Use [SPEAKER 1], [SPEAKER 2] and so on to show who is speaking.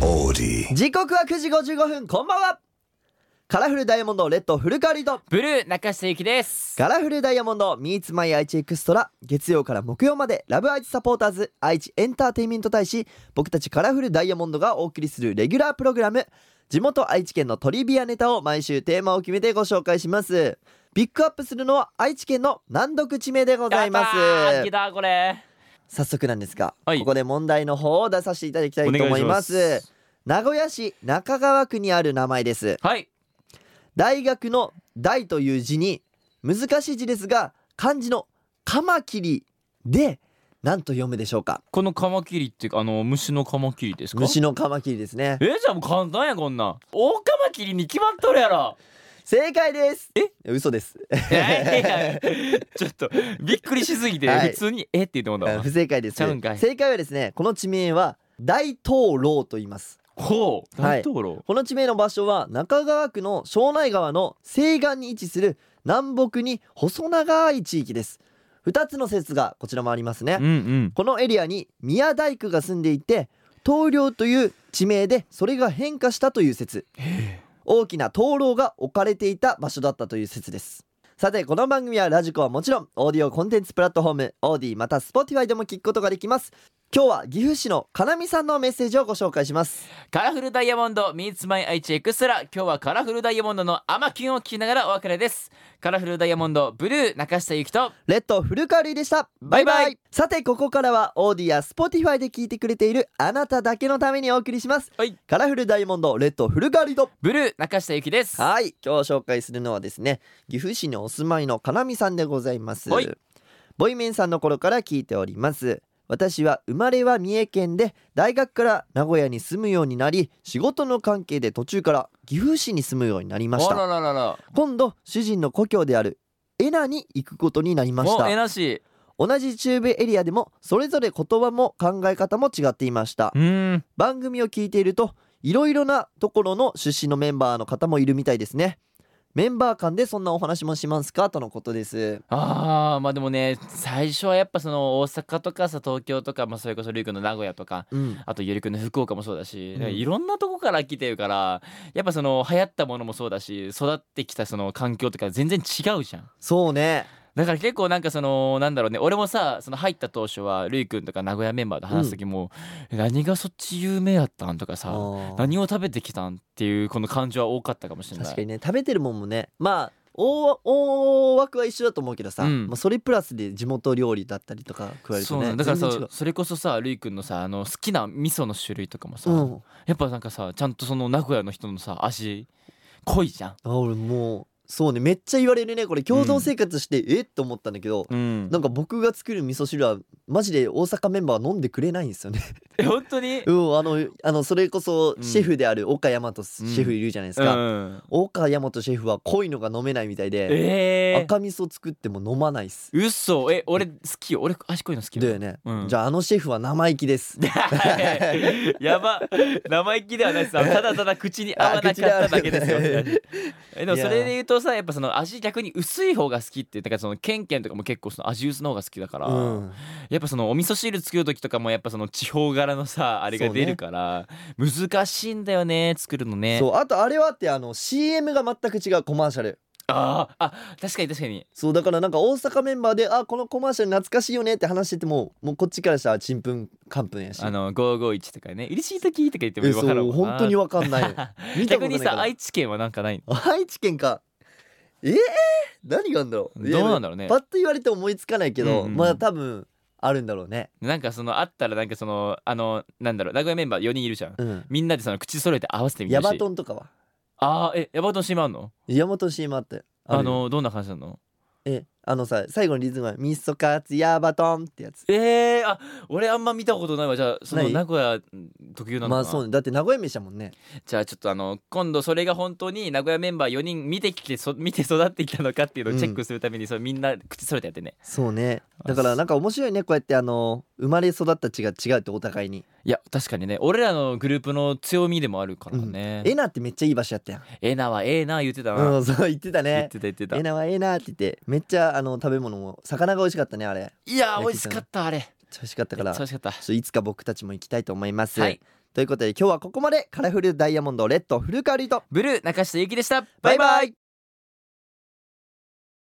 [SPEAKER 1] melody.
[SPEAKER 2] 時刻は9時55分こんばんはカラフルダイヤモンドレッドフルカーリド
[SPEAKER 3] ブルー中下ゆきです
[SPEAKER 2] カラフルダイヤモンド Meets My 愛知エクストラ月曜から木曜までラブ愛知サポーターズ愛知エンターテインメント大使僕たちカラフルダイヤモンドがお送りするレギュラープログラム地元愛知県のトリビアネタを毎週テーマを決めてご紹介しますピックアップするのは愛知県の難読地名でご
[SPEAKER 3] ご
[SPEAKER 2] ざいます
[SPEAKER 3] いけたこれ
[SPEAKER 2] 早速なんですが、
[SPEAKER 3] はい
[SPEAKER 2] ここで問題の方を出させていただきたいと思います
[SPEAKER 3] お願いします
[SPEAKER 2] 名古屋市中川区にある名前です
[SPEAKER 3] はい
[SPEAKER 2] 大学の大という字に難しい字ですが漢字のカマキリで何と読むでしょうか
[SPEAKER 3] このカマキリっていうかあの虫のカマキリですか
[SPEAKER 2] 虫のカマキリですね
[SPEAKER 3] えじゃあもう簡単やこんなん大カマキリに決まっとる やろ
[SPEAKER 2] 正解です嘘です
[SPEAKER 3] いやいやちょっとびっくりしすぎて
[SPEAKER 2] はい
[SPEAKER 3] 普通にえって言ってもだ わ
[SPEAKER 2] 不正解です
[SPEAKER 3] ちゃうんかい
[SPEAKER 2] 正解はですねこの地名は大東楼と言います
[SPEAKER 3] ほう
[SPEAKER 2] はい
[SPEAKER 3] 大統領
[SPEAKER 2] この地名の場所は中川区の庄内川の西岸に位置する南北に細長い地域です2つの説がこちらもありますね
[SPEAKER 3] うんうん
[SPEAKER 2] このエリアに宮大工が住んでいて東陵という地名でそれが変化したという説大きな灯籠が置かれていた場所だったという説ですさてこの番組はラジコはもちろんオーディオコンテンツプラットフォームオーディまた Spotify でも聞くことができます今日は岐阜市のかなみさんのメッセージをご紹介します
[SPEAKER 3] カラフルダイヤモンド Meets My 愛知エクストラ今日はカラフルダイヤモンドのアマキュンを聞きながらお別れですカラフルダイヤモンドブルー中下ゆきと
[SPEAKER 2] レッドフルカーリーでしたバイバイ
[SPEAKER 3] バイバイ
[SPEAKER 2] さてここからはオーディや Spotify で聞いてくれているあなただけのためにお送りします、
[SPEAKER 3] はい
[SPEAKER 2] カラフルダイヤモンドレッドフルカーリーと
[SPEAKER 3] ブルー中下ゆきです
[SPEAKER 2] はい今日紹介するのはですね岐阜市にお住まいのかなみさんでございます
[SPEAKER 3] はい
[SPEAKER 2] ボイメンさんの頃から聞いております私は生まれは三重県で大学から名古屋に住むようになり仕事の関係で途中から岐阜市に住むようになりまし
[SPEAKER 3] あ
[SPEAKER 2] た
[SPEAKER 3] らららら
[SPEAKER 2] 今度主人の故郷であるエナに行くことになりまし
[SPEAKER 3] もう
[SPEAKER 2] た
[SPEAKER 3] えなし
[SPEAKER 2] 同じ中部エリアでもそれぞれ言葉も考え方も違っていました
[SPEAKER 3] うん
[SPEAKER 2] 番組を聞いているといろいろなところの出身のメンバーの方もいるみたいですねメンバー間でそんなお話もしますかとのことです
[SPEAKER 3] あーまあでもね最初はやっぱその大阪とかさ東京とか、まあ、それこそりゅうくんの名古屋とか
[SPEAKER 2] うん
[SPEAKER 3] あとゆりくんの福岡もそうだし、
[SPEAKER 2] うん
[SPEAKER 3] なんかいろんなとこから来てるからやっぱその流行ったものもそうだし育ってきたその環境とか全然違うじゃん。
[SPEAKER 2] そうね
[SPEAKER 3] だから結構なんかそのなんだろうね俺もさその入った当初はるいくんとか名古屋メンバーと話す時も、え何がそっち有名やったんとか
[SPEAKER 2] あ
[SPEAKER 3] さ
[SPEAKER 2] ー
[SPEAKER 3] 何を食べてきたんっていうこの感じは多かったかもしれない。
[SPEAKER 2] 確かにね食べてるもんもねまあ大大枠は一緒だと思うけどさ、
[SPEAKER 3] うん
[SPEAKER 2] まあ、それプラスで地元料理だったりとか加える
[SPEAKER 3] そ
[SPEAKER 2] と
[SPEAKER 3] うな
[SPEAKER 2] ね
[SPEAKER 3] んだから
[SPEAKER 2] 全然違
[SPEAKER 3] さ
[SPEAKER 2] う
[SPEAKER 3] それこそさるいくんのさあの好きな味噌の種類とかもさ、
[SPEAKER 2] うん
[SPEAKER 3] やっぱなんかさちゃんとその名古屋の人のさ味濃いじゃん。
[SPEAKER 2] あ俺もうそうねめっちゃ言われるねこれ共同生活して、えっと思ったんだけど、
[SPEAKER 3] うん
[SPEAKER 2] なんか僕が作る味噌汁はマジで大阪メンバーは飲んでくれないんですよね
[SPEAKER 3] え本当に、
[SPEAKER 2] うん、あの、あの、それこそシェフである岡山とシェフいるじゃないですか。
[SPEAKER 3] うん
[SPEAKER 2] 岡山とシェフは濃いのが飲めないみたいで、
[SPEAKER 3] えー、
[SPEAKER 2] 赤味噌作っても飲まないっす。
[SPEAKER 3] 嘘え俺好きよ俺味濃いの好き
[SPEAKER 2] だ
[SPEAKER 3] よ
[SPEAKER 2] よ。ね、
[SPEAKER 3] うん
[SPEAKER 2] じゃああのシェフは生意気です。
[SPEAKER 3] やば生意気ではないです ただただ口に合わなかっただけですよ
[SPEAKER 2] あ口に合わなかっ
[SPEAKER 3] えでもそれで言うとさやっぱその味逆に薄い方が好きってだからそのケンケンとかも結構その味薄の方が好きだから、
[SPEAKER 2] うん、
[SPEAKER 3] やっぱそのお味噌汁作る時とかもやっぱその地方柄のさあれが出るから、難しいんだよね作るのね
[SPEAKER 2] そうあとあれはあってあの CM が全く違うコマーシャル
[SPEAKER 3] あーあ確かに確かに
[SPEAKER 2] そうだからなんか大阪メンバーで「あこのコマーシャル懐かしいよね」って話しててももうこっちからしたらちんぷんかんぷんやし
[SPEAKER 3] あの551とかね嬉しい時とか言っても
[SPEAKER 2] え
[SPEAKER 3] 分からん
[SPEAKER 2] そう
[SPEAKER 3] もん
[SPEAKER 2] 本当に
[SPEAKER 3] 分
[SPEAKER 2] わかんない見たこ とない
[SPEAKER 3] 逆に
[SPEAKER 2] から
[SPEAKER 3] さ愛知県はなんかない
[SPEAKER 2] 愛知県かえー、何があんだろう
[SPEAKER 3] どうなんだろうね
[SPEAKER 2] いやパッと言われて思いつかないけど、
[SPEAKER 3] うんうん
[SPEAKER 2] まあ多分あるんだろうね
[SPEAKER 3] なんかそのあったらなんかそのあのなんだろう名古屋メンバー4人いるじゃん
[SPEAKER 2] うん
[SPEAKER 3] みんなでその口揃えて合わせてみ
[SPEAKER 2] ヤ
[SPEAKER 3] るし
[SPEAKER 2] マトンとかは
[SPEAKER 3] あーえヤバトン島あんの
[SPEAKER 2] ヤマトン CM あって
[SPEAKER 3] あ
[SPEAKER 2] るよ
[SPEAKER 3] のどんな感じなの
[SPEAKER 2] えあのさ最後のリズムは「ミソカツヤバトン」ってやつ
[SPEAKER 3] えー、あ俺あんま見たことないわじゃあその
[SPEAKER 2] ない
[SPEAKER 3] 名古屋特有なのか
[SPEAKER 2] ま
[SPEAKER 3] な、
[SPEAKER 2] あそうねだって名古屋飯だもんね
[SPEAKER 3] じゃあちょっとあの今度それが本当に名古屋メンバー4人見てきてそ見 て育ってきたのかっていうのをチェックするために、そうみんな口それてやってね
[SPEAKER 2] そうねだからなんか面白いねこうやってあの生まれ育った血が違うってお互いに
[SPEAKER 3] いや確かにね俺らのグループの強みでもあるからね、
[SPEAKER 2] えなってめっちゃいい場所やったやん
[SPEAKER 3] えなはええな言ってた
[SPEAKER 2] う
[SPEAKER 3] な、
[SPEAKER 2] んそう言ってた
[SPEAKER 3] 言っ
[SPEAKER 2] ね
[SPEAKER 3] てた言ってた
[SPEAKER 2] えなはええなって言ってめっちゃあの食べ物も魚が美味しかったねあれめっ
[SPEAKER 3] いや美味しかったあれ
[SPEAKER 2] ちゃ美味しかったから
[SPEAKER 3] めっちゃ美味しかった
[SPEAKER 2] ちょっといつか僕たちも行きたいと思います、
[SPEAKER 3] はい
[SPEAKER 2] ということで今日はここまでカラフルダイヤモンドレッド古川瑠衣と
[SPEAKER 3] ブルー中下ゆきでした
[SPEAKER 2] バイバイ